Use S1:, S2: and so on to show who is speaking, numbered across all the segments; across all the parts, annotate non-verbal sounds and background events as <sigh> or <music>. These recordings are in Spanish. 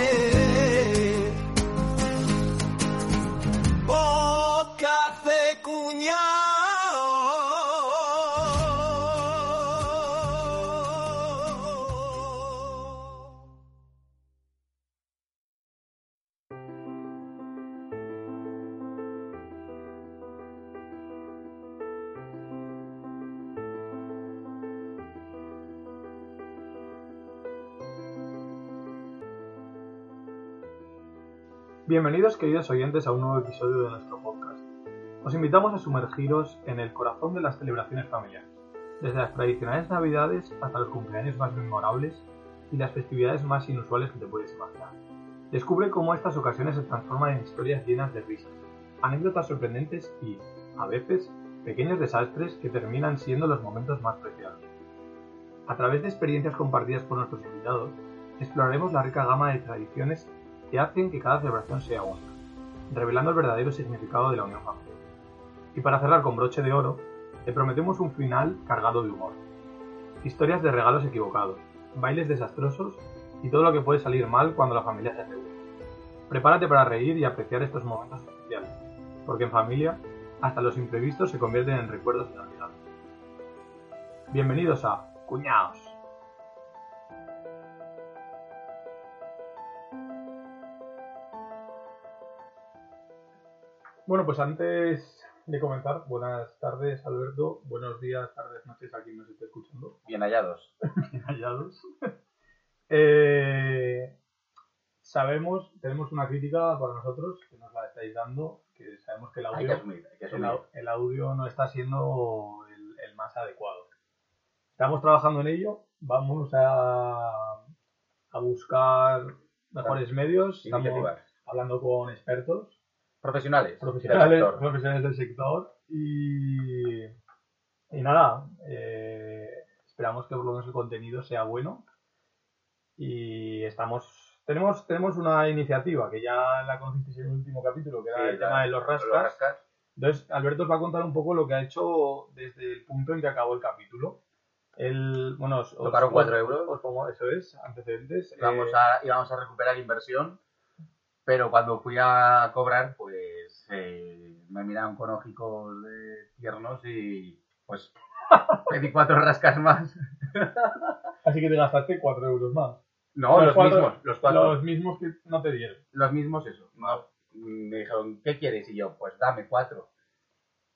S1: saber. Boca de cuñado.
S2: Bienvenidos queridos oyentes a un nuevo episodio de nuestro podcast. Os invitamos a sumergiros en el corazón de las celebraciones familiares, desde las tradicionales navidades hasta los cumpleaños más memorables y las festividades más inusuales que te puedes imaginar. Descubre cómo estas ocasiones se transforman en historias llenas de risas, anécdotas sorprendentes y, a veces, pequeños desastres que terminan siendo los momentos más preciados. A través de experiencias compartidas por nuestros invitados, exploraremos la rica gama de tradiciones que hacen que cada celebración sea única, revelando el verdadero significado de la unión familiar. Y para cerrar con broche de oro, te prometemos un final cargado de humor. Historias de regalos equivocados, bailes desastrosos y todo lo que puede salir mal cuando la familia se reúne. Prepárate para reír y apreciar estos momentos especiales, porque en familia hasta los imprevistos se convierten en recuerdos inolvidables. Bienvenidos a Cuñaos. Bueno, pues antes de comenzar, buenas tardes Alberto, buenos días, tardes, noches a quien nos esté escuchando, <laughs>
S3: Bien hallados.
S2: bien hallados. Eh, sabemos, tenemos una crítica para nosotros que nos la estáis dando, que sabemos que el
S3: Hay que
S2: audio,
S3: asumir, hay que
S2: el,
S3: asumir.
S2: au- el audio no está siendo el, el más adecuado. Estamos trabajando en ello, vamos a, a buscar mejores medios, estamos
S3: Iniciativas.
S2: hablando con expertos
S3: Profesionales.
S2: profesionales,
S3: del sector.
S2: profesionales del sector y, y nada, eh, esperamos que por lo menos el contenido sea bueno y estamos tenemos tenemos una iniciativa que ya la conocisteis en el último capítulo que era
S3: Sí,
S2: el
S3: la-
S2: tema de los
S3: Los
S2: rascas.
S3: rascas.
S2: Entonces Alberto os va a contar un poco lo que ha hecho desde el punto en que acabó el capítulo. El, bueno, os, os-
S3: Tocaron
S2: os-
S3: 4 euros.
S2: os pongo- eso es, antecedentes.
S3: Íbamos,
S2: eh,
S3: a, íbamos a recuperar inversión, pero cuando fui a cobrar, pues eh, me miraron con ojicos de tiernos y
S2: <laughs>
S3: pues pedí cuatro rascas más.
S2: Así que te gastaste 4 euros más.
S3: No,
S2: Los
S3: los,
S2: cuatro-
S3: mismos, los cuatro. Los,
S2: Los mismos que no te dieron.
S3: mismos, eso. No, me dijeron, ¿qué quieres? Y yo, pues dame cuatro.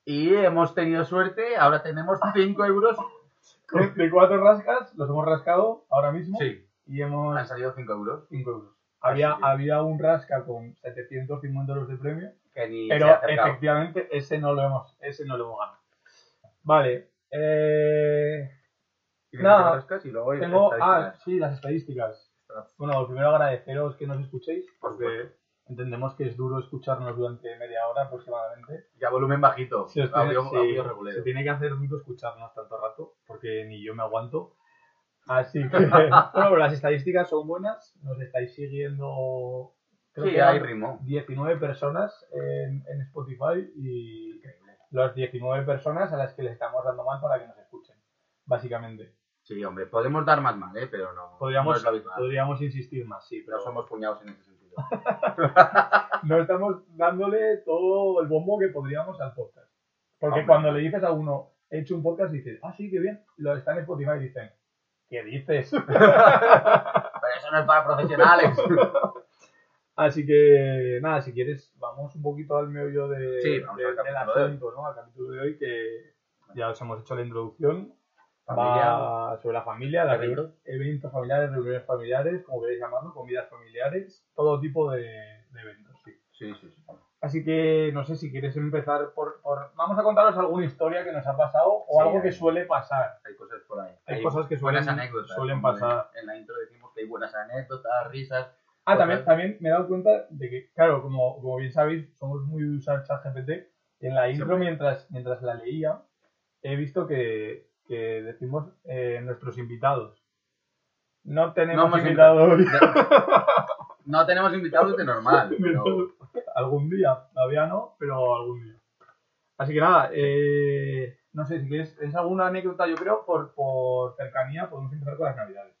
S3: Y hemos tenido suerte, ahora tenemos cinco euros.
S2: Con- de cuatro rascas, los hemos rascado ahora mismo
S3: ¿Eh? Sí,
S2: y hemos
S3: han salido cinco euros.
S2: 5 euros. Había,
S3: Así que-
S2: había un rasca con 750 euros de premio,
S3: Que ni se ha
S2: pero
S3: acercado.
S2: efectivamente ese no lo hemos, ese no lo hemos ganado. Vale, eh,
S3: Y me
S2: Nada.
S3: meten rascas y luego
S2: tengo ah,
S3: estadísticas.
S2: sí, las estadísticas. Bueno, lo primero agradeceros que nos escuchéis, porque entendemos que es duro escucharnos durante media hora aproximadamente.
S3: Ya volumen bajito.
S2: Se, os tiene,
S3: audio,
S2: sí,
S3: audio
S2: se
S3: regulero.
S2: tiene que hacer duro escucharnos tanto rato, porque ni yo me aguanto. Así que,
S3: <laughs>
S2: bueno, pero las estadísticas son buenas, nos estáis siguiendo, creo
S3: Sí,
S2: que
S3: hay
S2: eran
S3: ritmo.
S2: 19 personas en, en Spotify y las 19 personas a las que les estamos dando más para que nos escuchen, básicamente.
S3: Sí, hombre, podemos dar más mal, ¿eh? pero no, no
S2: Podríamos,
S3: es lo habitual.
S2: podríamos insistir más, sí, pero
S3: No somos puñados en ese sentido.
S2: no estamos dándole todo el bombo que podríamos al podcast. Porque
S3: Hombre.
S2: cuando le dices a uno, he hecho un podcast, dices, ah, sí, qué bien, lo está en Spotify y dicen, ¿qué
S3: <laughs>
S2: dices?
S3: Pero eso no es
S2: <laughs>
S3: para profesionales.
S2: Así que, nada, si quieres, vamos un poquito al meollo de,
S3: Sí, vamos
S2: de-
S3: al
S2: del
S3: capítulo de hoy.
S2: asunto, ¿no? Al capítulo de hoy, que ya os hemos hecho la introducción.
S3: Familia,
S2: Va sobre la familia, las
S3: Eventos.
S2: reuni- eventos familiares, reuniones familiares, como queréis llamarlo, comidas familiares, todo tipo de, de eventos, sí.
S3: Sí, sí, sí.
S2: Así que no sé si quieres empezar por, por- Vamos a contaros alguna historia que nos ha pasado o
S3: Sí, eh.
S2: algo que
S3: hay-
S2: suele pasar.
S3: Hay cosas por ahí.
S2: Hay cosas que
S3: buenas
S2: suelen-
S3: anécdotas.
S2: suelen
S3: como
S2: pasar.
S3: En la intro decimos que hay buenas anécdotas, risas.
S2: Ah,
S3: Pues
S2: también,
S3: hay-
S2: también me he dado cuenta de que, claro, como, como bien sabéis, somos muy de usar ChatGPT. y En la intro,
S3: Siempre.
S2: mientras, mientras la leía, he visto que, que decimos eh, nuestros invitados. No tenemos
S3: hemos
S2: invitados hoy.
S3: <laughs> No tenemos invitados de
S2: <laughs>
S3: normal, pero
S2: algún día, todavía no, pero algún día. Así que nada, eh, no sé si quieres, es alguna anécdota, yo creo, por, por cercanía, podemos empezar con las navidades.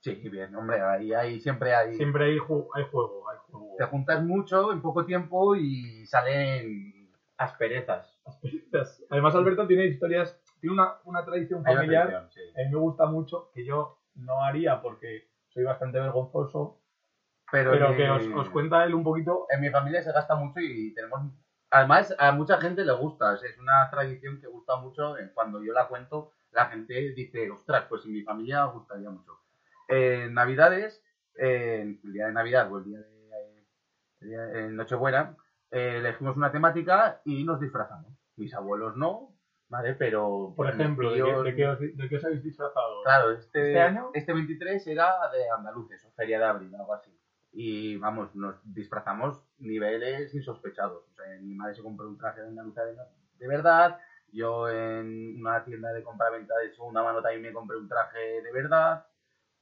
S3: Sí, bien, hombre, ahí, ahí siempre hay...
S2: Siempre hay, ju- hay juego, hay juego.
S3: Te juntas mucho en poco tiempo y salen asperezas.
S2: Asperezas. Pues, Además, Alberto tiene historias, tiene una, una tradición
S3: Hay una
S2: familiar. Eh,
S3: tradición, sí.
S2: A mí me gusta mucho, que yo no haría porque soy bastante vergonzoso,
S3: Pero,
S2: pero
S3: en-
S2: que os, os cuenta él un poquito.
S3: En mi familia se gasta mucho y tenemos... Además, a mucha gente le gusta. o sea, es una tradición que gusta mucho. eh, Cuando yo la cuento, la gente dice, ostras, pues en mi familia os gustaría mucho. Eh, En Navidades, eh, el día de Navidad o el día de el día de- en Nochebuena, eh, elegimos una temática y nos disfrazamos. Mis abuelos no, ¿vale? Pero...
S2: Por
S3: mis
S2: ejemplo, ¿de qué,
S3: tíos-
S2: de qué os, de qué os habéis disfrazado?
S3: Claro, este,
S2: ¿Este año?
S3: este 23 era de andaluces, o feria de abril, algo así. Y vamos, nos disfrazamos niveles insospechados. O sea, mi madre se compró un traje de andaluza de, de verdad, yo en una tienda de compraventa de segunda mano también me compré un traje de verdad.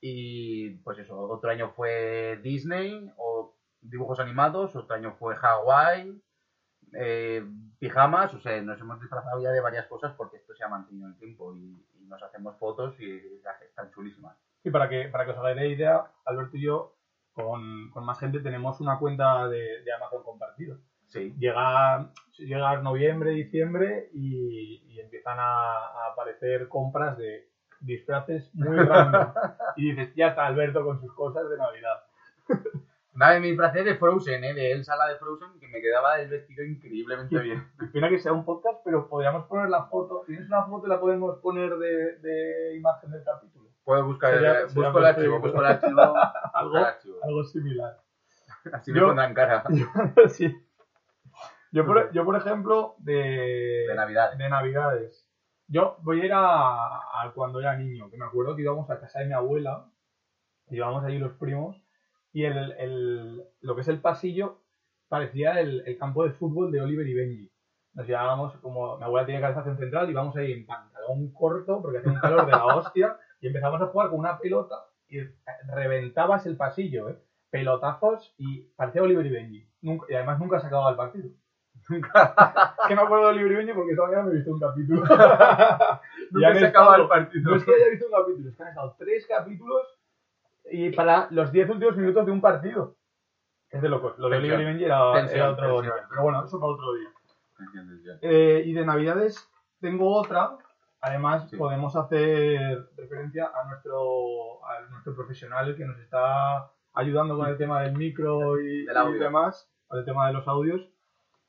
S3: Y pues eso, otro año fue Disney o dibujos animados, otro año fue Hawái, eh, pijamas, o sea, nos hemos disfrazado ya de varias cosas porque esto se ha mantenido en el tiempo y, y nos hacemos fotos y las- están chulísimas.
S2: Y para que, para que os hagáis la idea, Alberto y yo, con, con más gente, tenemos una cuenta de, de Amazon compartida.
S3: Sí,
S2: Llega, llega noviembre, diciembre y, y empiezan a, a aparecer compras de disfraces muy random. y dices, ya está Alberto con sus cosas de Navidad.
S3: una de mis disfraces de Frozen, ¿eh? de Elsa la de Frozen, que me quedaba el vestido increíblemente bien.
S2: Espera que sea un podcast, pero podríamos poner la foto. ¿Tienes una foto? La podemos poner de, de imagen del capítulo.
S3: <laughs> Puedo buscar,
S2: Sería-
S3: eh,
S2: sería
S3: busco el archivo,
S2: perfecto.
S3: busco el archivo, <laughs> busco el
S2: Algo,
S3: archivo.
S2: algo similar.
S3: Así
S2: Yo-
S3: me pondrán <laughs> cara
S2: Sí. Yo, por, yo, por ejemplo, de,
S3: de Navidad.
S2: de Navidades. Yo voy a ir a, a cuando era niño, que me acuerdo que íbamos a casa de mi abuela, y íbamos allí los primos, y el, el- lo que es el pasillo parecía el, el campo de fútbol de Oliver y Benji. Nos llevábamos, como mi abuela tenía calefacción central, íbamos ahí en pantalón corto, porque hacía un calor de la hostia, y empezamos a jugar con una pelota, y reventabas el pasillo, ¿eh? pelotazos, y parecía Oliver y Benji. Nunca- y además nunca se acababa el partido <laughs> que me acuerdo del libreño porque esta mañana me he visto un
S3: <laughs>
S2: capítulo. Y han
S3: Nunca se acaba
S2: estado-
S3: el partido.
S2: No es que haya visto un capítulo, es que han estado tres capítulos y para los diez últimos minutos de un partido. Es de locos. Lo de
S3: Tensión.
S2: Oliver y Benji era, era
S3: Tensión,
S2: otro
S3: tensión.
S2: nivel. Pero bueno, eso para otro día.
S3: ¿Entiendes ya?
S2: Eh, y de Navidades tengo otra. Además,
S3: Sí.
S2: podemos hacer referencia a nuestro, a nuestro profesional que nos está ayudando con el tema del micro y,
S3: Del
S2: y
S3: audio.
S2: demás, con el tema de los audios,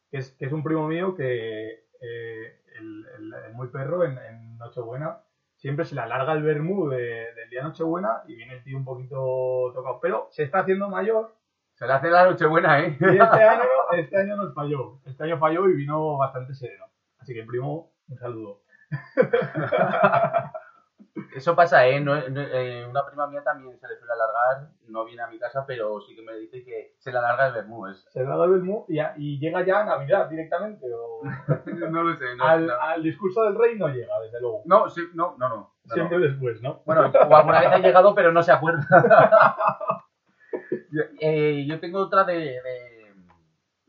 S2: que es, que es un primo mío que eh, el, el- el muy perro en, en Nochebuena siempre se le alarga el vermú de- del día de Nochebuena y viene el tío un poquito tocado, pero se está haciendo mayor
S3: Se le hace la Nochebuena, ¿eh?
S2: y este año, este año nos falló. Este año falló y vino bastante sereno. Así que, primo, un saludo.
S3: <laughs> Eso pasa, ¿eh? No- no- eh, Una prima mía también se le suele alargar, no viene a mi casa, pero sí que me dice que se le alarga el vermú. es-
S2: Se le ha dado el mu y, a- y llega ya a Navidad directamente.
S3: <laughs>
S2: o-
S3: <laughs> No lo sé, no,
S2: al,
S3: no.
S2: al discurso del rey no llega, desde luego.
S3: No, sí, no, no, no, no, no.
S2: Siempre después, ¿no?
S3: Bueno, o alguna vez ha llegado, pero no se acuerda. yo, eh, yo tengo otra de, de,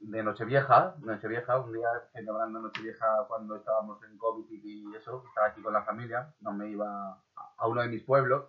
S3: de Nochevieja, Nochevieja, un día celebrando Nochevieja cuando estábamos en COVID y eso, estaba aquí con la familia, no me iba a- a uno de mis pueblos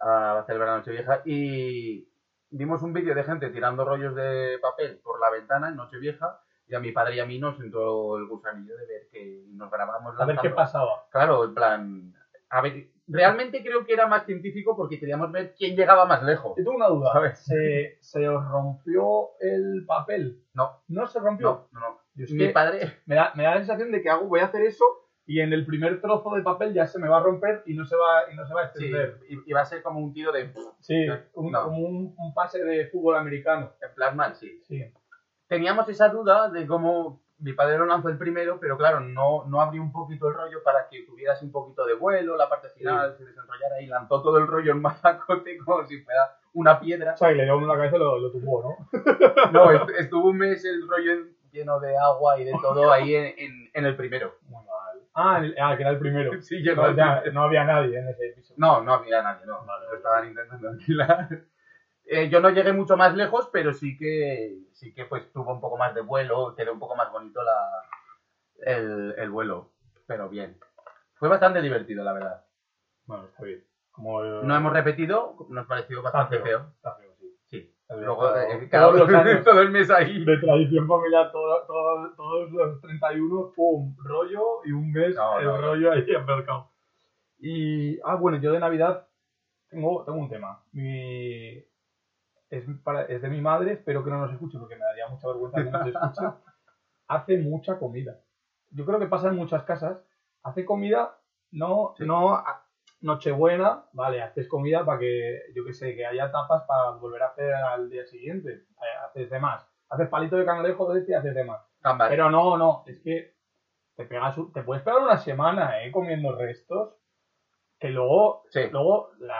S3: a celebrar Nochevieja y vimos un vídeo de gente tirando rollos de papel por la ventana en Nochevieja y a mi padre y a mí nos entró el gusanillo de ver que nos grabamos
S2: A ver qué
S3: lanzando-
S2: pasaba.
S3: Claro, en plan. A ver, realmente creo que era más científico porque queríamos ver quién llegaba más lejos.
S2: Y tengo una duda.
S3: ¿Sabes?
S2: ¿Se, se os rompió el papel?
S3: No,
S2: ¿No se rompió?
S3: no, no. no.
S2: Yo es
S3: Mi
S2: que
S3: padre.
S2: me, da, me da la sensación de que hago, voy a hacer eso y en el primer trozo de papel ya se me va a romper y no se va, y no se va a
S3: <laughs> Sí,
S2: extender.
S3: i- iba a ser como un tiro de.
S2: Sí,
S3: No.
S2: un- como un- un pase de fútbol americano.
S3: En plan mal, sí.
S2: Sí.
S3: Teníamos esa duda de cómo. Mi padre lo lanzó el primero, pero claro, no, no abrió un poquito el rollo para que tuvieras un poquito de vuelo, la parte final se desenrollara y lanzó todo el rollo en mazacote <laughs> como si fuera una piedra.
S2: O sea, que le dio una cabeza y lo, lo tumbó, ¿no? <laughs>
S3: No, est- estuvo un mes el rollo en- lleno de agua y de todo ahí en, en- en el primero.
S2: Muy mal. Ah, el- ah, que era el primero.
S3: Sí,
S2: No, ya, no había nadie en ese piso.
S3: No, no había nadie, no.
S2: Vale,
S3: Lo estaban intentando alquilar. <laughs> Eh, yo no llegué mucho más lejos, pero sí que sí que pues tuvo un poco más de vuelo, quedó un poco más bonito la, el, el vuelo. Pero bien. Fue bastante divertido, la verdad.
S2: Bueno, está bien. Como el-
S3: No hemos repetido, nos pareció
S2: Está
S3: bastante feo.
S2: Está feo, sí.
S3: Sí.
S2: Había
S3: Luego,
S2: estado-
S3: eh, cada
S2: todos
S3: <laughs> uno
S2: los años
S3: todo el mes ahí.
S2: de tradición familiar, todo- todo- todos los 31, pum, rollo y un mes
S3: No,
S2: el
S3: no, no.
S2: rollo ahí embarcado. Y, ah, bueno, yo de Navidad tengo, tengo un tema. Mi, es, para- es de mi madre, espero que no nos escuche porque me daría mucha vergüenza que nos
S3: <laughs>
S2: escuche. Hace mucha comida. Yo creo que pasa en muchas casas. Hace comida, no,
S3: Sí.
S2: no, a- Nochebuena, vale, haces comida para que, yo que sé, que haya tapas para volver a hacer al día siguiente. Eh, Haces de más. Haces palito de cangrejo de este y haces de más.
S3: Gambas.
S2: Pero no, no, es que te pegas, un- te puedes pegar una semana, eh, comiendo restos. Que luego
S3: Sí.
S2: Luego la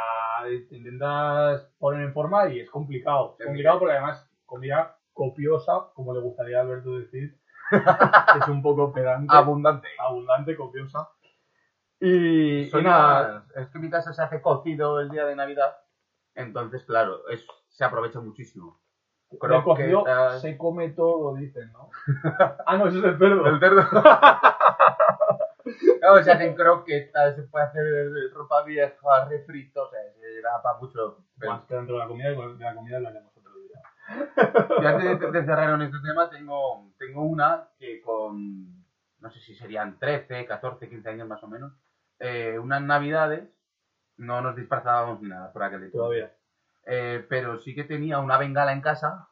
S2: te intentas poner en forma y es complicado. Es
S3: Sí.
S2: complicado porque además comida copiosa, como le gustaría a Alberto
S3: <laughs>
S2: decir, es un poco pedante,
S3: Abundante.
S2: abundante, copiosa. Y, y
S3: Soy
S2: nada,
S3: una- Es que en mi casa se hace cocido el día de Navidad. Entonces, claro, es, se aprovecha muchísimo.
S2: el cocido
S3: croquetas-
S2: se come todo, dicen,
S3: <laughs>
S2: ¿no? ah, no, eso es el cerdo.
S3: El <laughs> cerdo. Claro, se hacen croquetas, se puede hacer eh, ropa vieja, refrito, o sea, se da para mucho. Pero
S2: Más que dentro de la comida, igual de la comida hablaremos otro día.
S3: ya antes de, de cerrar con este tema, tengo, tengo una que con, no sé si serían 13, 14, 15 años más o menos, eh, unas navidades, no nos disfrazábamos ni nada por aquel entonces.
S2: Todavía.
S3: Eh, pero sí que tenía una bengala en casa,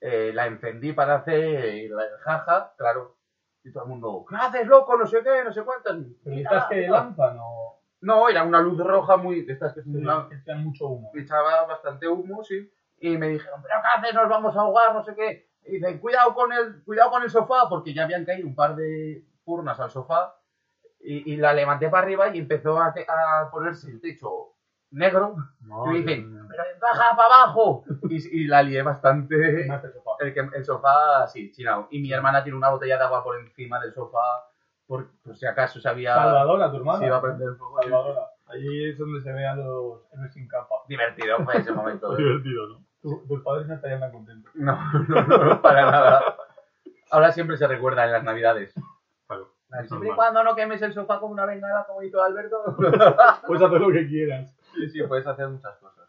S3: eh, la encendí para hacer la jaja, claro. Y todo el mundo, ¿qué haces, loco? No sé qué, no sé cuántas.
S2: Pero estas que lanzan o
S3: No, era una luz roja muy. de estas que son una-
S2: que echan mucho humo.
S3: que echaba bastante humo, sí. Y me dijeron, ¿pero qué haces? Nos vamos a ahogar, no sé qué. Y dicen, cuidado con el, cuidado con el sofá, porque ya habían caído un par de purnas al sofá. Y, y la levanté para arriba y empezó a, te- a ponerse el techo negro.
S2: No,
S3: y me
S2: Dios
S3: dicen,
S2: mío.
S3: ¡pero baja para abajo! <laughs> Y, y la lié bastante.
S2: Más el sofá.
S3: El, que- el sofá, sí, chinao. Y mi hermana tiene una botella de agua por encima del sofá, por, por si acaso se había.
S2: Salvadora, tu hermana.
S3: se iba a prender fuego.
S2: Salvadora. Allí es donde se ve a los héroes sin capa.
S3: divertido fue ese momento. ¿eh?
S2: divertido, ¿no? Tu- tus padres no estarían tan contentos.
S3: <laughs> No, no, no, para nada. Ahora siempre se recuerda en las navidades.
S2: Claro.
S3: Siempre y cuando no quemes el sofá con una bengala, como hizo Alberto.
S2: Puedes hacer Pues lo que quieras.
S3: <laughs> Sí, sí, puedes hacer muchas cosas.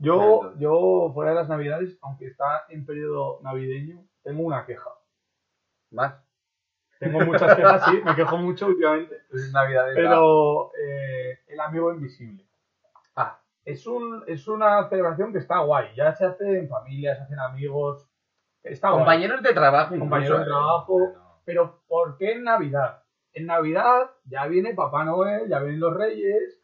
S2: Yo,
S3: Claro.
S2: yo, fuera de las navidades, aunque está en periodo navideño, tengo una queja.
S3: Más.
S2: Tengo
S3: <laughs>
S2: muchas quejas, sí, me quejo mucho últimamente.
S3: Es navidades.
S2: Pero eh, el amigo invisible.
S3: Ah,
S2: es, un, es una celebración que está guay. Ya se hace en familia, se hacen amigos. Está guay.
S3: ah, compañeros de trabajo.
S2: Compañeros de
S3: incluso, ¿eh?
S2: trabajo.
S3: Bueno,
S2: Pero ¿por qué en Navidad? En Navidad ya viene Papá Noel, ya vienen los Reyes.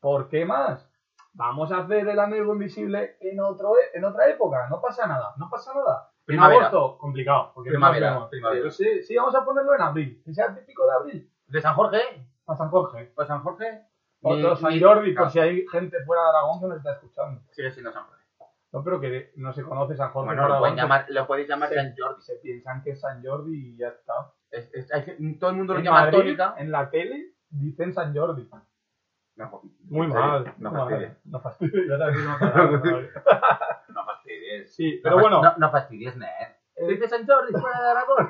S2: ¿Por qué más? Vamos a hacer el amigo invisible en, otro, en otra época. No pasa nada, no pasa nada. En
S3: Primavera.
S2: agosto, complicado. Porque
S3: Primavera,
S2: no nos vemos.
S3: primavera.
S2: Pero sí, sí, vamos a ponerlo en abril. Que sea típico de abril.
S3: ¿De San Jorge?
S2: Para San Jorge.
S3: ¿Para San Jorge?
S2: O
S3: Ni-
S2: o San
S3: ni-
S2: Jordi, por
S3: no,
S2: si hay gente fuera de Aragón que nos está escuchando.
S3: Sigue siendo San Jorge.
S2: No, pero que no se conoce San Jorge.
S3: Bueno,
S2: fuera
S3: lo,
S2: de
S3: pueden
S2: Aragón.
S3: llamar, lo podéis llamar
S2: Sí.
S3: San Jordi.
S2: Se piensan que es San Jordi y ya está.
S3: Es- es- hay que- todo el mundo lo
S2: En
S3: llama
S2: Madrid,
S3: tónica.
S2: en la tele dicen San Jordi.
S3: No,
S2: Muy
S3: en serio,
S2: mal.
S3: No
S2: muy mal.
S3: fastidies.
S2: No fastidies, ya sabes que
S3: <laughs>
S2: no fastidies, no fastidies.
S3: No fastidies.
S2: Sí,
S3: No
S2: pero
S3: fas-
S2: bueno,
S3: No, no fastidies, ¿no?
S2: Eh.
S3: Dice San Jordi fuera de
S2: <laughs>
S3: Aragón.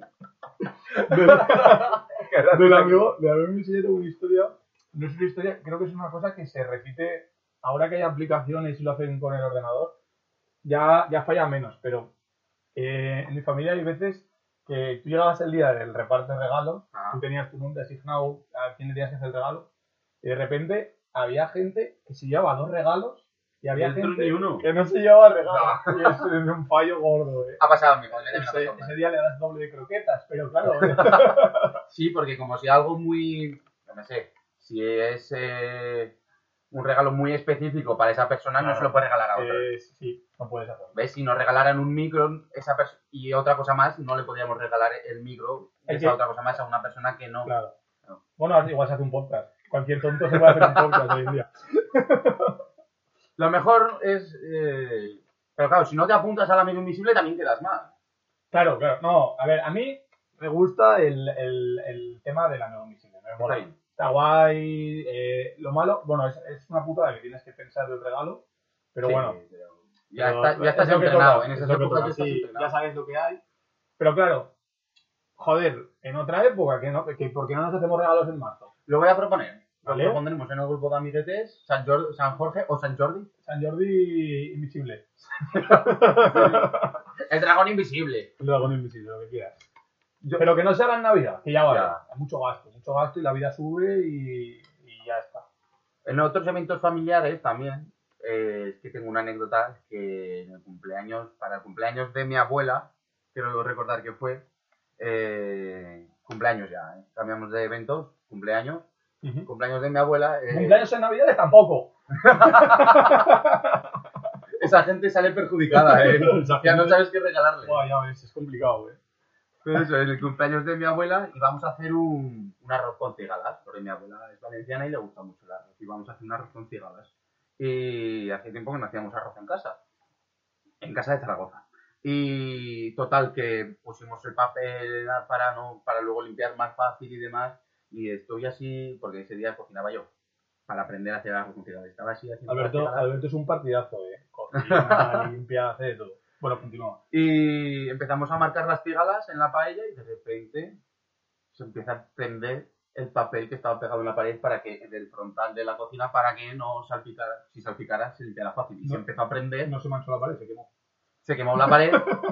S2: del,
S3: <laughs>
S2: del amigo, de amigo Michelle tengo una historia. No es una historia, creo que es una cosa que se repite ahora que hay aplicaciones y lo hacen con el ordenador. Ya, ya falla menos, pero eh, en mi familia hay veces que tú llegabas el día del reparto de regalos
S3: Ah.
S2: tú tenías tu nombre asignado a quién le tenías que hacer el regalo, y de repente había gente que se llevaba dos regalos y había
S3: Dentro
S2: gente
S3: ni uno. Ah.
S2: que no se llevaba regalo. Y eso es un fallo gordo, eh.
S3: Ha pasado a mi colega, me ha
S2: Ese,
S3: pasado a mí.
S2: ese día le das doble de croquetas, pero
S3: <laughs>
S2: claro, eh,
S3: Sí, porque como si algo muy. No me sé. Si es eh, un regalo muy específico para esa persona,
S2: Claro.
S3: no se lo puede regalar a otra.
S2: eh, sí, no puedes hacerlo.
S3: ¿Ves? Si nos regalaran un micro esa pers- y otra cosa más, no le podríamos regalar el micro y
S2: ¿El
S3: esa
S2: qué?
S3: otra cosa más a una persona que no.
S2: Claro.
S3: No.
S2: Bueno, igual se hace un podcast. Cualquier tonto se puede hacer un podcast hoy en día.
S3: Lo mejor es. eh, Pero claro, si no te apuntas al amigo invisible, también quedas mal.
S2: Claro, claro. No, a ver, a mí me gusta el, el, el tema del amigo invisible. Me
S3: Está
S2: mola.
S3: bien.
S2: Está guay. eh, lo malo, bueno, es, es una putada que tienes que pensar del regalo, pero
S3: Sí,
S2: bueno.
S3: Ya,
S2: pero
S3: está- ya estás
S2: es lo que
S3: entrenado.
S2: toca,
S3: En
S2: es
S3: esas
S2: lo que
S3: épocas
S2: toca,
S3: ya estás
S2: sí,
S3: entrenado.
S2: ya sabes lo que hay. Pero claro, joder, en otra época, que no, que ¿por qué no nos hacemos regalos en marzo?
S3: Lo voy a proponer.
S2: ¿Vale?
S3: Lo pondremos en el grupo de amiguetes, San, Jor- San Jorge o San Jordi.
S2: San Jordi invisible.
S3: El dragón invisible.
S2: El dragón invisible, lo que quieras. Pero que no se haga en Navidad, que ya vale.
S3: Ya.
S2: Hay mucho gasto, mucho gasto y la vida sube y, y ya está.
S3: En otros eventos familiares también, eh, es que tengo una anécdota que en el cumpleaños, para el cumpleaños de mi abuela, quiero recordar que fue, eh, cumpleaños ya, eh, cambiamos de eventos, cumpleaños, cumpleaños de mi abuela, eh,
S2: Cumpleaños en Navidades tampoco.
S3: esa gente sale perjudicada, eh,
S2: <laughs> Esa
S3: ya no
S2: gente-
S3: sabes qué regalarle.
S2: Buah, ya ves, es complicado, eh.
S3: Pero eso, en el cumpleaños de mi abuela y vamos a hacer un, un arroz con cigalas, porque mi abuela es valenciana y le gusta mucho el arroz. Y vamos a hacer un arroz con cigalas. Y hace tiempo que no hacíamos arroz en casa, en casa de Zaragoza. Y total, que pusimos el papel para, no, para luego limpiar más fácil y demás. Y estoy así, porque ese día cocinaba yo, para aprender a hacer arroz con cigalas. Estaba así haciendo las
S2: Alberto,
S3: cigalas.
S2: Alberto es un partidazo, eh. <laughs> Cocina, limpia, hace de todo. Bueno, continúa.
S3: Y empezamos a marcar las cigalas en la paella y de repente se empieza a prender el papel que estaba pegado en la pared para que del frontal de la cocina para que no salpicara, si salpicara se limpiara fácil. Y se
S2: No.
S3: empezó a prender,
S2: No se manchó la pared, se quemó.
S3: se quemó la
S2: <laughs>
S3: pared,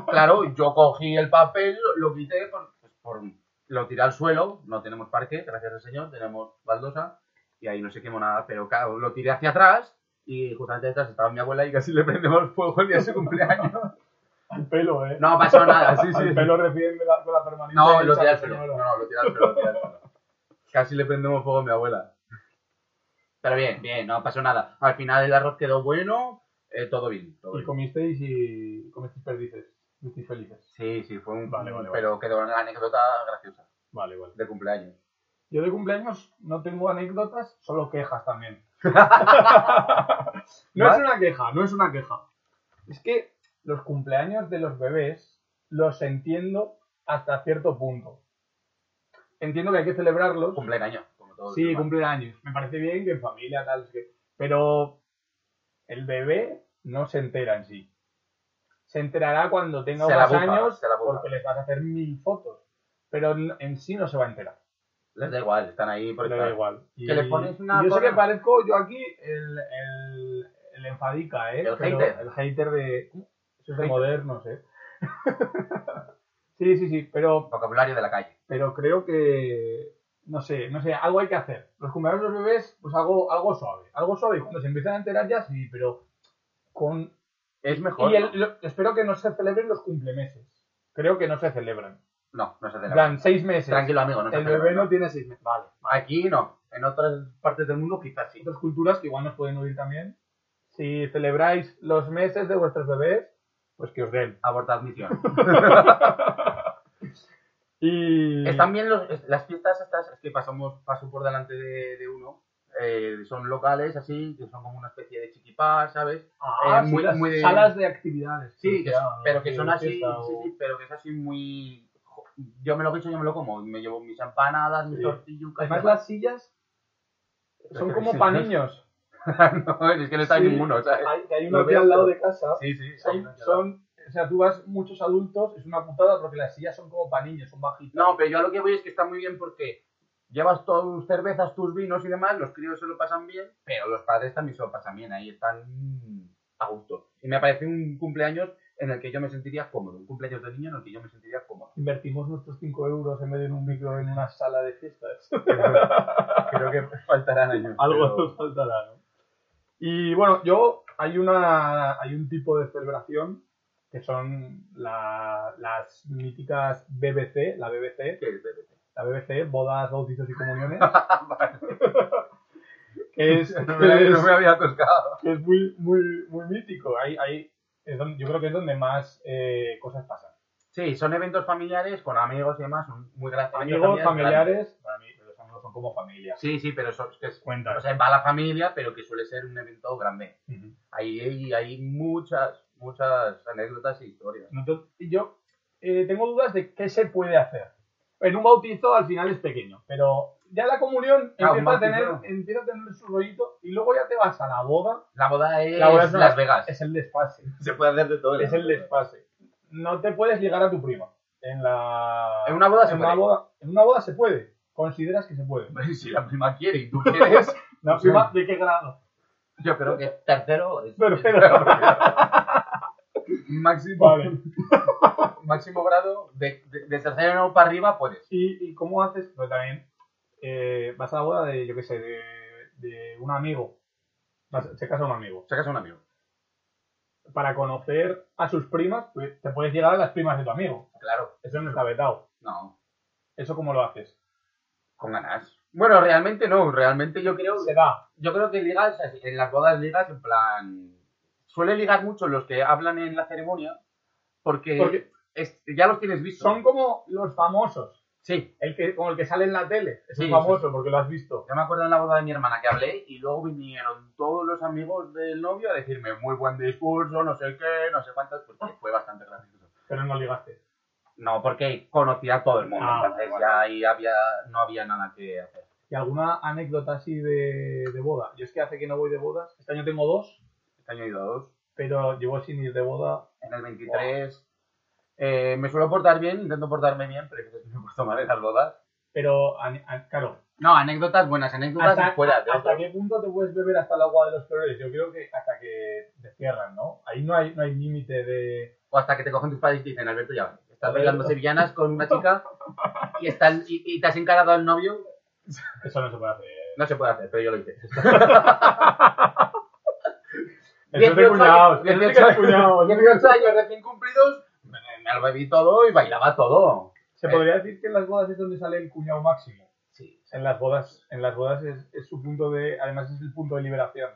S3: claro, yo cogí el papel, lo, lo quité, por, pues, por- lo tiré al suelo, no tenemos parque, gracias al señor, tenemos baldosa y ahí no se quemó nada, pero claro, lo tiré hacia atrás y justamente detrás estaba mi abuela y casi le prendemos fuego el día de su cumpleaños.
S2: <laughs> Al pelo, eh.
S3: No pasó nada, sí, sí.
S2: Al pelo recién de la, con la permanente.
S3: No, lo
S2: hecha,
S3: tiras
S2: pero
S3: No,
S2: bueno.
S3: no, lo tiras lo tira al suelo. <laughs> Casi le prendemos fuego a mi abuela. Pero bien, bien, no pasó nada. Al final el arroz quedó bueno, eh, todo bien. todo
S2: Y
S3: bien.
S2: comisteis y comisteis perdices. Fuisteis felices.
S3: Sí, sí, fue un...
S2: Vale, vale,
S3: pero quedó una anécdota graciosa
S2: Vale, vale.
S3: de cumpleaños.
S2: Yo de cumpleaños no tengo anécdotas, solo quejas
S3: <laughs>
S2: también. no es
S3: Vale.
S2: una queja, no es una queja. Es que los cumpleaños de los bebés los entiendo hasta cierto punto. Entiendo que hay que celebrarlos.
S3: Cumpleaños, como todo.
S2: Sí,
S3: el mundo.
S2: cumpleaños. Me parece bien que en familia, tal, es que- pero el bebé no se entera en sí. Se enterará cuando tenga
S3: Se la
S2: unos
S3: bufa,
S2: años
S3: se la bufa.
S2: porque les vas a hacer mil fotos. Pero en- en sí no se va a enterar.
S3: Les da igual, están ahí por
S2: Le da igual. Y-
S3: Que le pones una
S2: y Yo sé
S3: corona.
S2: que parezco yo aquí el, el, el enfadica, ¿eh? Pero
S3: El hater.
S2: El hater de. Eso es de
S3: Hater.
S2: modernos, ¿eh? <laughs> sí, sí, sí. Pero,
S3: Vocabulario de la calle.
S2: pero creo que. No sé, no sé, algo hay que hacer. Los cumpleaños de los bebés, pues algo, algo suave. Algo suave. Y cuando se empiezan a enterar ya, sí, pero. Con.
S3: Es mejor.
S2: Y el-
S3: ¿no?
S2: lo- espero que no se celebren los cumplemeses. Creo que no se celebran.
S3: No, no se
S2: En
S3: celebra.
S2: plan, seis meses.
S3: Tranquilo, amigo, no se
S2: El
S3: celebra.
S2: bebé no tiene seis meses. Vale.
S3: Aquí no. En otras partes del mundo quizás sí.
S2: otras culturas que igual nos pueden oír también. Si celebráis los meses de vuestros bebés, pues que os den.
S3: Abortad misión.
S2: Y
S3: Están bien los- es- las fiestas estas es que pasamos paso por delante de, de uno. eh, son locales así, que son como una especie de chiquipar, ¿sabes?
S2: Ah,
S3: eh,
S2: sí,
S3: muy-
S2: las
S3: muy de-
S2: salas de actividades.
S3: Sí, que
S2: ya,
S3: son- pero que son
S2: de
S3: así,
S2: fiesta o-
S3: sí, sí, pero que es así muy... jo- Yo me lo hecho, yo me lo como. Me llevo mis empanadas, mis
S2: Sí.
S3: tortillucas...
S2: Además las sillas son como para niños.
S3: <laughs> no, es que no está
S2: Sí.
S3: ninguno, ¿sabes?
S2: Hay, que hay uno
S3: Lo
S2: aquí
S3: veo,
S2: al lado
S3: pero-
S2: de casa.
S3: Sí, sí. hay
S2: Son,
S3: una que-
S2: son- o sea, tú vas muchos adultos, es una putada porque las sillas son como para niños, son bajitas.
S3: No, pero yo a lo que voy es que está muy bien porque llevas tus cervezas, tus vinos y demás, los críos se lo pasan bien, pero los padres también se lo pasan bien, ahí están mm, a gusto. Y me parece un cumpleaños en el que yo me sentiría cómodo, un cumpleaños de niño en el que yo me sentiría
S2: <laughs>
S3: cómodo.
S2: Invertimos nuestros 5 euros en vez de en un micro en una sala de fiestas.
S3: Creo que faltarán años.
S2: <laughs> Algo
S3: pero-
S2: nos faltará, ¿no? Y bueno, yo hay una hay un tipo de celebración que son la- las míticas BBC, la BBC,
S3: ¿Qué es BBT?
S2: la BBC, bodas, bautizos y <laughs> comuniones,
S3: Vale,
S2: que <laughs> es,
S3: no me
S2: que
S3: había-
S2: es-
S3: no me había tocado.
S2: que es muy, muy, muy mítico. Ahí, ahí es donde- yo creo que es donde más eh, cosas pasan.
S3: Sí, son eventos familiares con amigos y demás, son muy grandes.
S2: Amigos, familiares, para mí los amigos son como familia.
S3: Sí, sí, pero son, que es-
S2: Cuenta.
S3: o sea, va la familia, pero que suele ser un evento grande. Hay, hay, hay muchas, muchas anécdotas e historias.
S2: Entonces, yo eh, tengo dudas de qué se puede hacer. En un bautizo al final es pequeño, pero ya la comunión
S3: Ah, un
S2: empieza, a tener,
S3: bautizo.
S2: empieza a tener su rollito y luego ya te vas a la boda.
S3: La boda es
S2: La boda es una-
S3: Las Vegas.
S2: Es el desfase.
S3: Se puede hacer de todo.
S2: Es el desfase. No te puedes ligar a tu prima. En la.
S3: En una boda se
S2: en
S3: puede.
S2: boda- en una boda se puede. ¿Consideras que se puede?
S3: Hombre, Si la prima quiere y tú
S2: <laughs>
S3: quieres,
S2: ¿La
S3: Sí.
S2: prima de qué grado?
S3: yo creo que tercero es
S2: Pero, pero- <laughs>
S3: máximo,
S2: Vale.
S3: máximo grado de, de, de tercero para arriba puedes.
S2: ¿Y, y cómo haces? Pues también eh, vas a la boda de, yo qué sé, de, de un amigo. Vas- se casa un amigo.
S3: Sacas a un amigo.
S2: Para conocer a sus primas, pues, te puedes llegar a las primas de tu amigo.
S3: Claro,
S2: Eso no está vetado.
S3: no,
S2: ¿Eso cómo lo haces?
S3: con ganas. Bueno, realmente no, realmente yo creo,
S2: Se da.
S3: yo creo que ligas, así, en las bodas ligas, en plan, suele ligar mucho los que hablan en la ceremonia, porque,
S2: Porque
S3: es- ya los tienes visto.
S2: son como los famosos.
S3: Sí,
S2: El que, como el que sale en la tele. Es
S3: Sí,
S2: un famoso porque lo has visto.
S3: Yo me acuerdo en la boda de mi hermana que hablé y luego vinieron todos los amigos del novio a decirme muy buen discurso, no sé qué, no sé cuántas, porque fue bastante gracioso.
S2: Pero no ligaste.
S3: No, porque conocía a todo el mundo,
S2: Ah,
S3: entonces
S2: bueno.
S3: ya ahí había, no había nada que hacer.
S2: ¿Y alguna anécdota así de, de boda? Yo es que hace que no voy de bodas. Este año tengo dos,
S3: Este año he ido a dos.
S2: pero llevo sin ir de boda.
S3: En el 23 eh, me suelo portar bien, intento portarme bien, pero <laughs> a veces me porto mal en las bodas.
S2: Pero, ane- an- claro,
S3: No, anécdotas buenas, anécdotas
S2: ¿hasta,
S3: fuera de
S2: hasta
S3: otro.
S2: qué punto te puedes beber hasta el agua de los flores? Yo creo que hasta que te cierran, ¿no? Ahí no hay, no hay límite de...
S3: O hasta que te cogen tus padres y te dicen, Alberto, ya, vale, estás
S2: Alberto.
S3: bailando sevillanas con una chica y, estás- y- y te has encarado al novio,
S2: Eso no se puede hacer.
S3: no se puede hacer, pero yo lo hice.
S2: Eso es de
S3: 18
S2: cuñados. <laughs>
S3: años,
S2: Eso es
S3: 18
S2: de cuñados.
S3: 18 años recién cumplidos, me, me lo bebí todo y bailaba todo.
S2: Se podría decir que en las bodas es donde sale el cuñado máximo.
S3: Sí,
S2: En las bodas, en las bodas es, es su punto de... Además es el punto de liberación.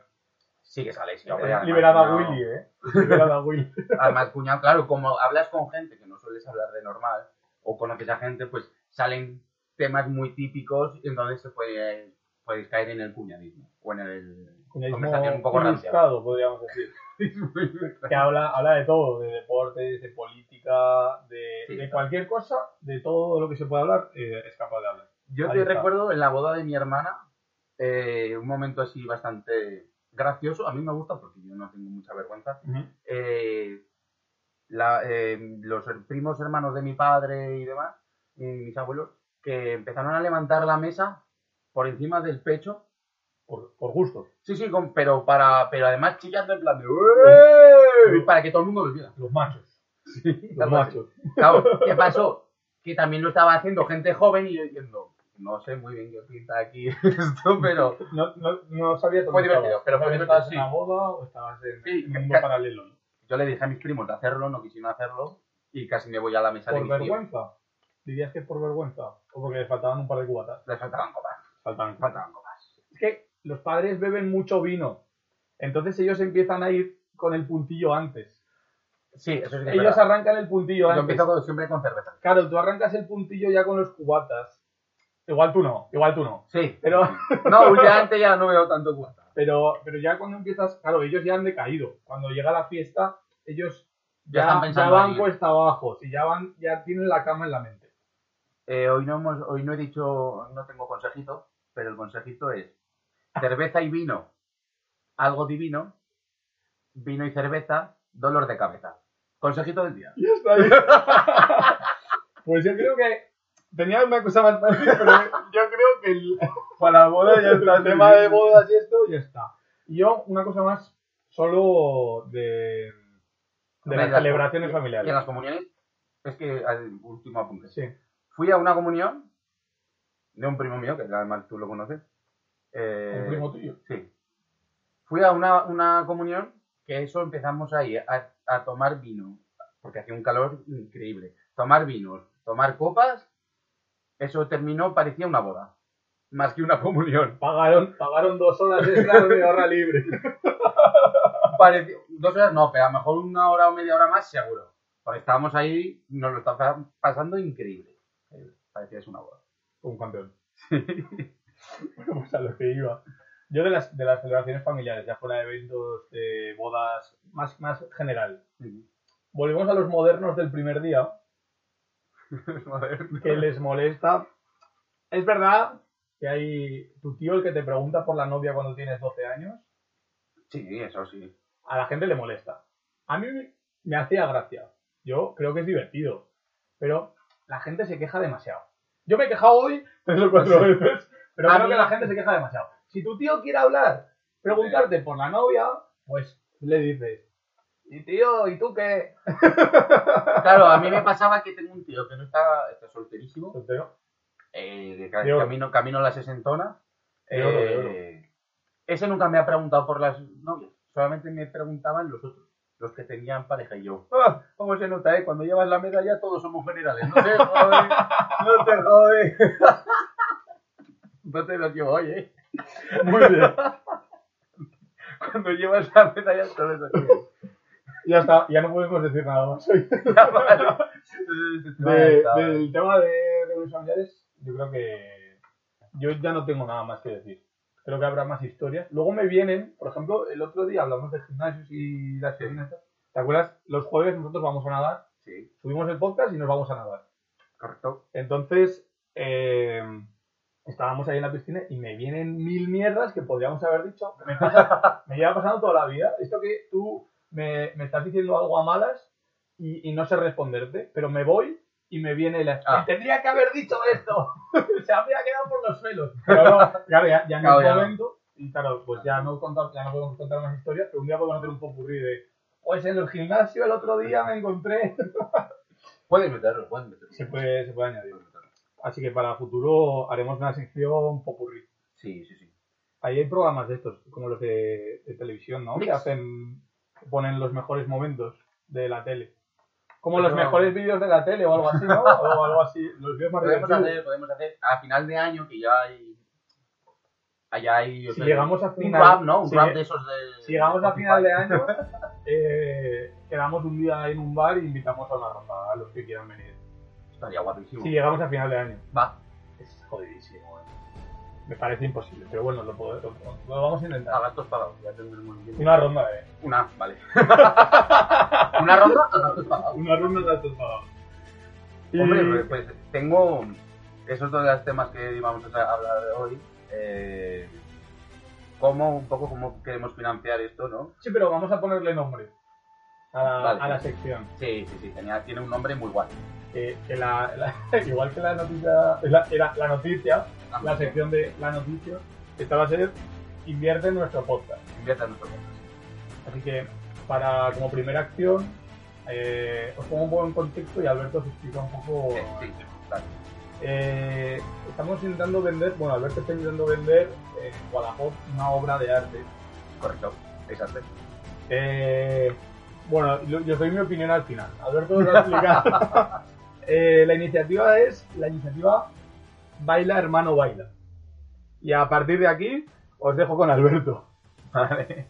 S3: sí que sale. sí, hombre,
S2: Liberada liberado a
S3: además, cuñado-
S2: Willy, ¿eh? Liberado a <laughs> Willy.
S3: Además, cuñado, claro, como hablas con gente que no sueles hablar de normal o conoces a gente, pues salen temas muy típicos y entonces se puede, puedes caer en el cuñadismo o en el conversación un poco rancia.
S2: Estado, podríamos decir. que habla, habla de todo, de deportes, de política, de,
S3: Sí,
S2: de
S3: claro.
S2: cualquier cosa, de todo lo que se puede hablar, eh, es capaz de hablar.
S3: <laughs> Yo
S2: Ahí
S3: te
S2: está.
S3: recuerdo en la boda de mi hermana, eh, un momento así bastante gracioso. A mí me gusta porque yo no tengo mucha vergüenza. eh, la- eh, los her- primos hermanos de mi padre y demás, y mis abuelos, que empezaron a levantar la mesa por encima del pecho.
S2: Por, por gusto.
S3: Sí, sí, con- pero, para, pero además chillando en plan de "¡Uey!", para que todo el mundo los viera.
S2: Los machos. Los
S3: Algo así.
S2: machos.
S3: Claro, ¿qué pasó? Que también lo estaba haciendo gente joven y yo diciendo, no sé muy bien qué pinta aquí <laughs> esto, pero
S2: No, no, no sabía
S3: Fue
S2: dónde
S3: divertido,
S2: estabas.
S3: pero
S2: No
S3: fue
S2: sabía si
S3: divertido,
S2: estabas en
S3: sí.
S2: la boda o estabas en
S3: Sí,
S2: en un mundo
S3: ca-
S2: paralelo. ¿no?
S3: yo le dije a mis primos de hacerlo, no quisieron hacerlo y casi me voy a la mesa de
S2: Por
S3: mis tíos.
S2: vergüenza. ¿Dirías que es por vergüenza? ¿O porque les faltaban un par de cubatas?
S3: Les faltaban copas,
S2: Faltaban
S3: les faltaban copas.
S2: es que los padres beben mucho vino. Entonces ellos empiezan a ir con el puntillo antes.
S3: Sí, eso sí que es
S2: Ellos
S3: verdad.
S2: arrancan el puntillo
S3: Yo
S2: antes.
S3: empiezo con- siempre con cerveza.
S2: Claro, tú arrancas el puntillo ya con los cubatas. Igual tú no, igual tú no.
S3: Sí.
S2: Pero,
S3: <laughs> No, últimamente ya no veo tanto cuata.
S2: pero, pero ya cuando empiezas, claro, ellos ya han decaído. Cuando llega la fiesta, ellos
S3: Ya
S2: ya,
S3: están
S2: ya
S3: pensando
S2: van
S3: ahí.
S2: cuesta abajo, si ya van, ya tienen la cama en la mente.
S3: Eh, hoy, no hemos, hoy no he dicho, no tengo consejito, pero el consejito es cerveza y vino, algo divino, vino y cerveza, dolor de cabeza. Consejito del día.
S2: Ya está bien. <laughs> pues yo creo que tenía una cosa más fácil, pero yo creo que <laughs> el,
S3: Para la
S2: el tema
S3: <laughs>
S2: de bodas y esto ya está. Y yo una cosa más solo de, de las celebraciones
S3: Y en
S2: familiares.
S3: las comuniones, es que al último apunte.
S2: Sí.
S3: Fui a una comunión de un primo mío, que además tú lo conoces. Eh,
S2: Un primo tuyo.
S3: Sí. Fui a una, una comunión que eso empezamos ahí, a, a tomar vino, porque hacía un calor increíble. Tomar vinos, tomar copas, eso terminó, parecía una boda, más que una comunión. <laughs>
S2: Pagaron, pagaron dos horas extra de hora <laughs> libre.
S3: Pareció- dos horas no, pero a lo mejor una hora o media hora más seguro, porque estábamos ahí, nos lo está pasando increíble. Eh, Parecía es una boda.
S2: Un <laughs> campeón. bueno, pues a lo que iba. Yo de las, de las celebraciones familiares, ya fuera de eventos, de bodas, más, más general.
S3: <laughs>
S2: Volvemos a los modernos del primer día,
S3: Joder.
S2: que les molesta. Es verdad que hay tu tío el que te pregunta por la novia cuando tienes 12 años,
S3: Sí, eso sí.
S2: a la gente le molesta. A mí me- me hacía gracia. Yo creo que es divertido. Pero la gente se queja demasiado. Yo me he quejado hoy tres o cuatro
S3: Sí.
S2: veces, pero
S3: A
S2: creo
S3: mí-
S2: que la gente se queja demasiado. Si tu tío quiere hablar, preguntarte por la novia, pues le dices, y tío, ¿y tú qué?
S3: Claro, a mí me pasaba que tengo un tío que no está, está solterísimo,
S2: Soltero.
S3: eh, de
S2: De oro.
S3: camino, camino a la sesentona.
S2: De oro, de oro.
S3: Eh, ese nunca me ha preguntado por las novias, solamente me preguntaban los otros, los que tenían pareja y yo. Ah, ¿Cómo se nota, eh? Cuando llevas la medalla todos somos generales.
S2: <laughs>
S3: No te jode, no te jode. No te lo llevo hoy, eh.
S2: Muy bien.
S3: Cuando llevas la medalla todos los
S2: <laughs>
S3: <laughs>
S2: Ya está, ya no podemos decir nada más hoy. De-
S3: generales.
S2: del tema de reuniones familiares, yo creo que yo ya no tengo nada más que decir. Creo que habrá más historias. Luego me vienen, por ejemplo, el otro día hablamos de gimnasios y las piscinas. ¿Te acuerdas? Los jueves nosotros vamos a nadar,
S3: Sí,
S2: subimos el podcast y nos vamos a nadar.
S3: correcto.
S2: Entonces, eh, estábamos ahí en la piscina y me vienen mil mierdas que podríamos haber dicho. Me,
S3: <laughs>
S2: pasa- me lleva pasando toda la vida. Esto que tú me, me estás diciendo algo a malas y, y no sé responderte, pero me voy y me viene la...
S3: Ah.
S2: "Y Tendría que haber dicho esto. <laughs> Se habría quedado por los pelos. Pero no, claro, ya, ya no
S3: <laughs> Claro, ya
S2: es
S3: no.
S2: momento. Y claro, pues ya no, contar, ya no podemos contar más historias, pero un día podemos hacer un popurrí de... Pues en el gimnasio el otro día me encontré... <laughs>
S3: Puedes meterlo, puedes meterlo.
S2: Se puede, se puede añadir.
S3: Puedes meterlo.
S2: Así que para futuro haremos una sección popurrí.
S3: Sí, sí, sí.
S2: Ahí hay programas de estos, como los de, de televisión, ¿no? Que
S3: Mix.
S2: hacen, que ponen los mejores momentos de la tele. Como los
S3: Pero-
S2: mejores vídeos de la tele o algo así,
S3: <laughs>
S2: ¿no? O algo así. Los vídeos más
S3: Podemos
S2: divertidos.
S3: Pues hacer, podemos hacer a final de año que ya hay. Allá hay. o
S2: Si
S3: sea,
S2: llegamos a
S3: Un
S2: final,
S3: rap, ¿no? Un
S2: si,
S3: rap de esos de.
S2: si llegamos a
S3: Spotify.
S2: final de
S3: <laughs>
S2: año, eh, quedamos un día en un bar y invitamos a una ronda a los que quieran venir.
S3: Estaría guapísimo.
S2: Si llegamos a final de año.
S3: Va,
S2: Es jodidísimo, eh. Me parece imposible, pero bueno, lo, pod- lo- lo vamos a
S3: a
S2: intentar.
S3: gastos pagados. Ya tendremos tiempo.
S2: Una ronda de...
S3: Una, vale. <laughs> Una ronda a gastos pagados.
S2: Una ronda de altos pagados. Y-
S3: Hombre, pues tengo. Esos dos de los temas que íbamos a hablar hoy. Eh, ¿Cómo, un poco, cómo queremos financiar esto, no?
S2: Sí, pero vamos a ponerle nombre a la,
S3: Vale.
S2: a la sección.
S3: Sí, sí, sí. tenía- tiene un nombre muy guapo.
S2: Que, que la, la- <laughs> igual que la noticia, la, era la noticia,
S3: Ah,
S2: la sección de la noticia, esta va a ser invierte en nuestro podcast.
S3: Invierte a nuestro podcast.
S2: Así que para como primera acción eh, os pongo un poco en contexto y Alberto os explica un poco.
S3: Sí, sí, sí, vale.
S2: Eh, estamos intentando vender, bueno, Alberto está intentando vender eh, en Badajoz una obra de arte.
S3: Correcto. Exacto.
S2: Eh, bueno, lo- yo doy mi opinión al final. Alberto lo va a explicar.
S3: <laughs>
S2: Eh, la iniciativa es la iniciativa Baila Hermano Baila. Y a partir de aquí os dejo con Alberto.
S3: Vale.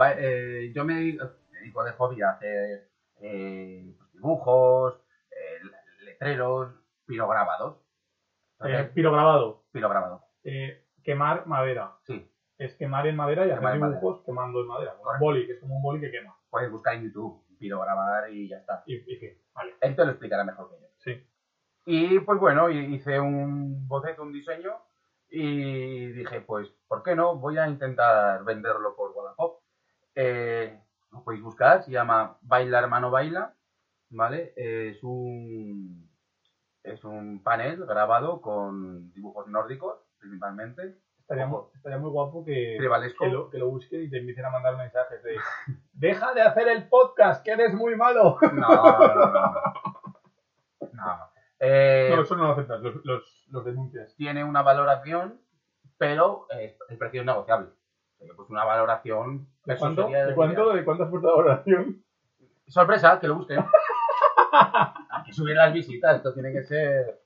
S3: Va- eh, yo me dedico, me dedico de hobby a hacer eh, pues, dibujos, eh, letreros, pirograbados.
S2: Eh,
S3: Entonces,
S2: piro grabado.
S3: pirograbado,
S2: Eh, quemar madera.
S3: sí.
S2: Es quemar en madera y
S3: Quemar
S2: hacer
S3: en madera.
S2: dibujos quemando en madera. Con un
S3: Correcto.
S2: boli, que es como un boli que quema.
S3: Puedes buscar en YouTube pirograbar y ya está.
S2: Y, y fin. Vale.
S3: Él te lo explicará mejor que yo.
S2: Sí.
S3: Y pues bueno, hi- hice un boceto, un diseño y dije, pues, ¿por qué no? Voy a intentar venderlo por Wallapop. Eh, lo podéis buscar, se llama Baila Hermano Baila, ¿vale? Eh, es un es un panel grabado con dibujos nórdicos, principalmente,
S2: Estaría, mu-
S3: Ojo.
S2: estaría muy guapo que,
S3: tribalesco.
S2: que, lo, que lo busquen y te empiecen a mandar mensajes de <laughs> Deja de hacer el podcast, que eres muy malo.
S3: No, no, no. no. No. Eh,
S2: No, eso no lo aceptas, los, los, los denuncias.
S3: tiene una valoración, pero eh, el precio es negociable. Eh, Pues una valoración.
S2: ¿De
S3: eso
S2: cuánto?
S3: sería-
S2: ¿De cuánto? ¿De cuánto has puesto la oración?
S3: Sorpresa, que lo <laughs> busquen. Hay que subir las visitas, esto tiene que ser.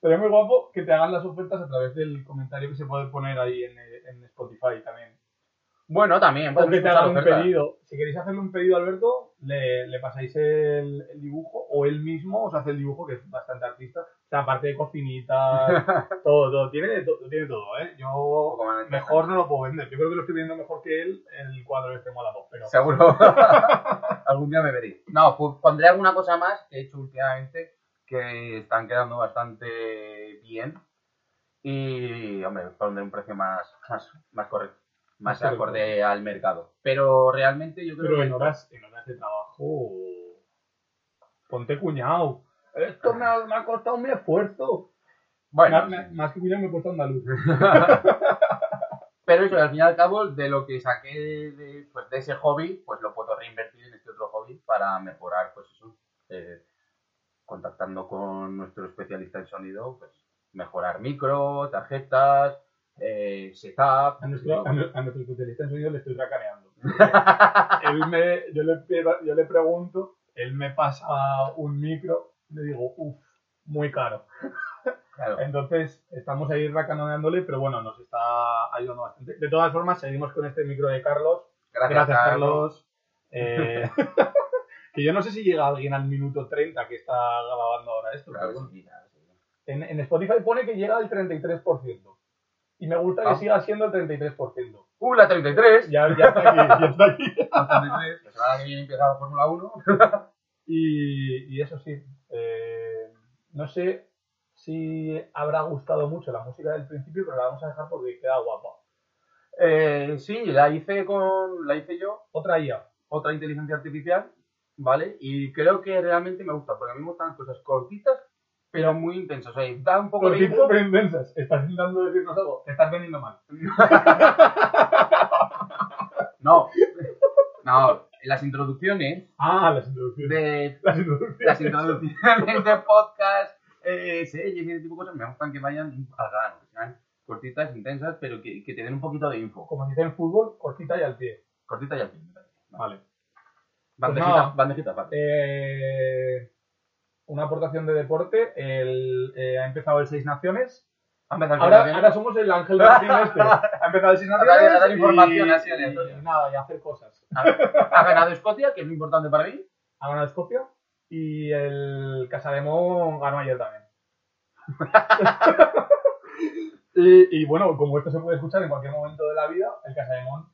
S2: Sería muy guapo que te hagan las ofertas a través del comentario que se puede poner ahí en, eh, en Spotify también.
S3: Bueno, también.
S2: O
S3: podemos
S2: que te
S3: escuchar
S2: hagan un
S3: ofertas.
S2: pedido. Si queréis hacerle un pedido a Alberto, le, le pasáis el, el dibujo o él mismo os hace el dibujo, que es bastante artista. O sea, aparte de <laughs> cocinitas, todo, todo. Tiene, de to- tiene todo, ¿eh?
S3: Un
S2: Yo
S3: poco más de-
S2: mejor no lo puedo vender. Yo creo que lo estoy viendo mejor que él en el cuadro este Molapop, pero...
S3: Seguro.
S2: <laughs>
S3: Algún día me veréis. No, pues pondré alguna cosa más que he hecho últimamente que están quedando bastante bien. Y, hombre, pondré un precio más, más, más correcto, más
S2: Correcto.
S3: acorde al mercado. Pero realmente yo creo
S2: Pero
S3: que.
S2: en horas, en horas de trabajo. Ponte cuñado. Esto me ha, me ha costado mi esfuerzo.
S3: Bueno,
S2: más,
S3: sí.
S2: más que William me he puesto <laughs> andaluz.
S3: Pero eso, al fin y al cabo, de lo que saqué de, pues, de ese hobby, pues lo puedo reinvertir en este otro hobby para mejorar, pues eso, eh, contactando con nuestro especialista en sonido, pues mejorar micro, tarjetas, eh, setup.
S2: A nuestro, a, nu- a nuestro especialista en sonido le estoy <laughs> tracaneando. él me, yo, le, pido- yo le pregunto, él me pasa un micro, le digo, uff, muy caro.
S3: Claro.
S2: Entonces, estamos ahí racanoneándole, pero bueno, nos está ayudando bastante. De todas formas, seguimos con este micro de Carlos. Gracias, Carlos.
S3: <laughs>
S2: Eh, que yo no sé si llega alguien al minuto 30 que está grabando ahora esto.
S3: Claro,
S2: pero bueno.
S3: sí, claro, sí.
S2: en, en Spotify pone que llega al 33%. Y me gusta que
S3: Ah.
S2: siga siendo el 33%.
S3: ¡Uh, la 33!
S2: Ya, ya está aquí, ya está aquí.
S3: La 33. La semana pues que viene empieza la Fórmula 1.
S2: Y, y eso sí, eh, no sé si habrá gustado mucho la música del principio, pero la vamos a dejar porque queda guapa.
S3: <laughs> Eh, sí, la hice, con, la hice yo.
S2: Otra IA.
S3: otra inteligencia artificial, ¿vale? Y creo que realmente me gusta, porque a mí me gustan las cosas cortitas, pero muy intensas. O sea, da un poco de
S2: Cortitas
S3: info.
S2: pero intensas. Estás intentando decirnos algo. Te estás vendiendo mal.
S3: <laughs> No, no, las introducciones
S2: Ah, las introducciones.
S3: de
S2: Las introducciones.
S3: las introducciones de podcast, eh, series y ese tipo de cosas, me gustan que vayan al grano, que sean cortitas, intensas, pero que, que te den un poquito de info.
S2: Como se dice en fútbol, cortita y al pie.
S3: Cortita y al fin. me parece.
S2: Vale. Pues
S3: Bandejita,
S2: nada.
S3: bandejita aparte.
S2: Eh, una aportación de deporte. El, eh, ha empezado el Seis Naciones.
S3: Ah, me da
S2: Ahora,
S3: bien.
S2: ahora somos el ángel del fin
S3: <laughs>
S2: este. Ha empezado el Seis
S3: A dar-
S2: Naciones.
S3: a dar
S2: y-
S3: información así
S2: y-
S3: aleatoria.
S2: y nada, y hacer cosas.
S3: Ha- ha ganado Escocia, que es lo importante para mí.
S2: Ha ganado Escocia. Y el Casademón ganó ayer
S3: <laughs>
S2: también. y, y bueno, como esto se puede escuchar en cualquier momento de la vida, el Casademón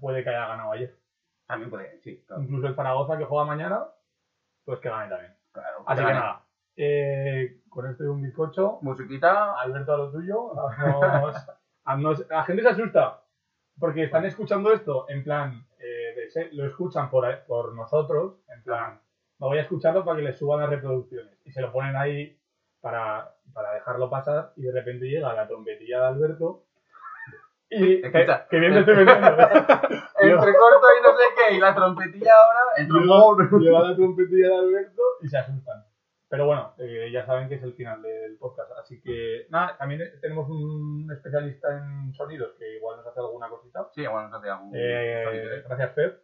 S2: puede que haya ganado ayer.
S3: También puede, sí, claro.
S2: incluso el Zaragoza que juega mañana, pues que gane también.
S3: claro
S2: Así que
S3: gane.
S2: nada, eh, con esto y un bizcocho,
S3: musiquita.
S2: Alberto a lo tuyo, haznos- <laughs> haznos- la gente se asusta, porque están escuchando esto en plan, eh, de se- lo escuchan por, por nosotros, en plan, no voy a escucharlo para que les suban las reproducciones, y se lo ponen ahí para, para dejarlo pasar, y de repente llega la trompetilla de Alberto, y que,
S3: Escucha.
S2: que bien te estoy vendiendo, ¿eh?
S3: Entre corto y no sé qué, y la trompetilla ahora, el
S2: Llega, <laughs>
S3: trombón.
S2: llega la trompetilla de Alberto y se asustan. Pero bueno, eh, ya saben que es el final del podcast. Así que, nada, también eh, tenemos un especialista en sonidos que igual nos hace alguna cosita.
S3: Sí, bueno, no te hago un- ¿eh?
S2: Eh, gracias, Pep.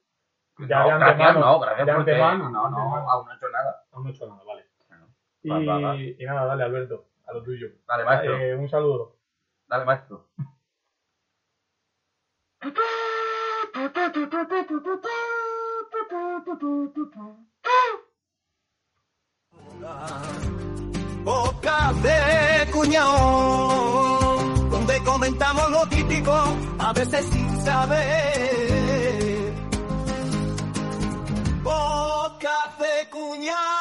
S3: No,
S2: ya de
S3: gracias,
S2: antemano,
S3: no, gracias
S2: de
S3: porque-
S2: antemano,
S3: No, no,
S2: de antemano.
S3: aún no he hecho nada.
S2: Aún no he hecho nada, vale.
S3: Bueno,
S2: Y,
S3: va, va, va.
S2: y nada, dale, Alberto, a lo tuyo.
S3: Dale, maestro,
S2: Eh, un saludo.
S3: dale, maestro.
S1: Boca de cuñado, donde comentamos lo típico, a veces sin saber. Boca de cuñado.